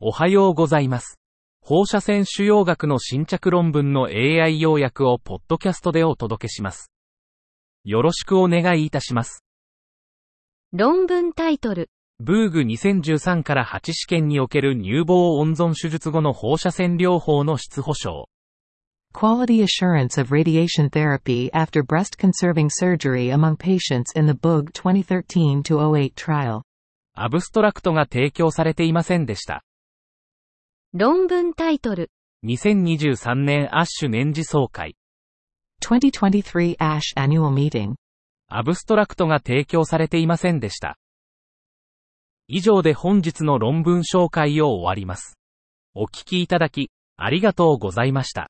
おはようございます。放射線腫瘍学の新着論文の AI 要約をポッドキャストでお届けします。よろしくお願いいたします。論文タイトル。ブーグ2013から8試験における乳房温存手術後の放射線療法の質保障。 Quality Assurance of Radiation Therapy After Breast Conserving Surgery Among Patients in the BUG 2013-08 Trial. アブストラクトが提供されていませんでした。論文タイトル。 2023年アッシュ年次総会。 2023 ASH Annual Meeting. アブストラクトが提供されていませんでした。以上で本日の論文紹介を終わります。お聞きいただき、ありがとうございました。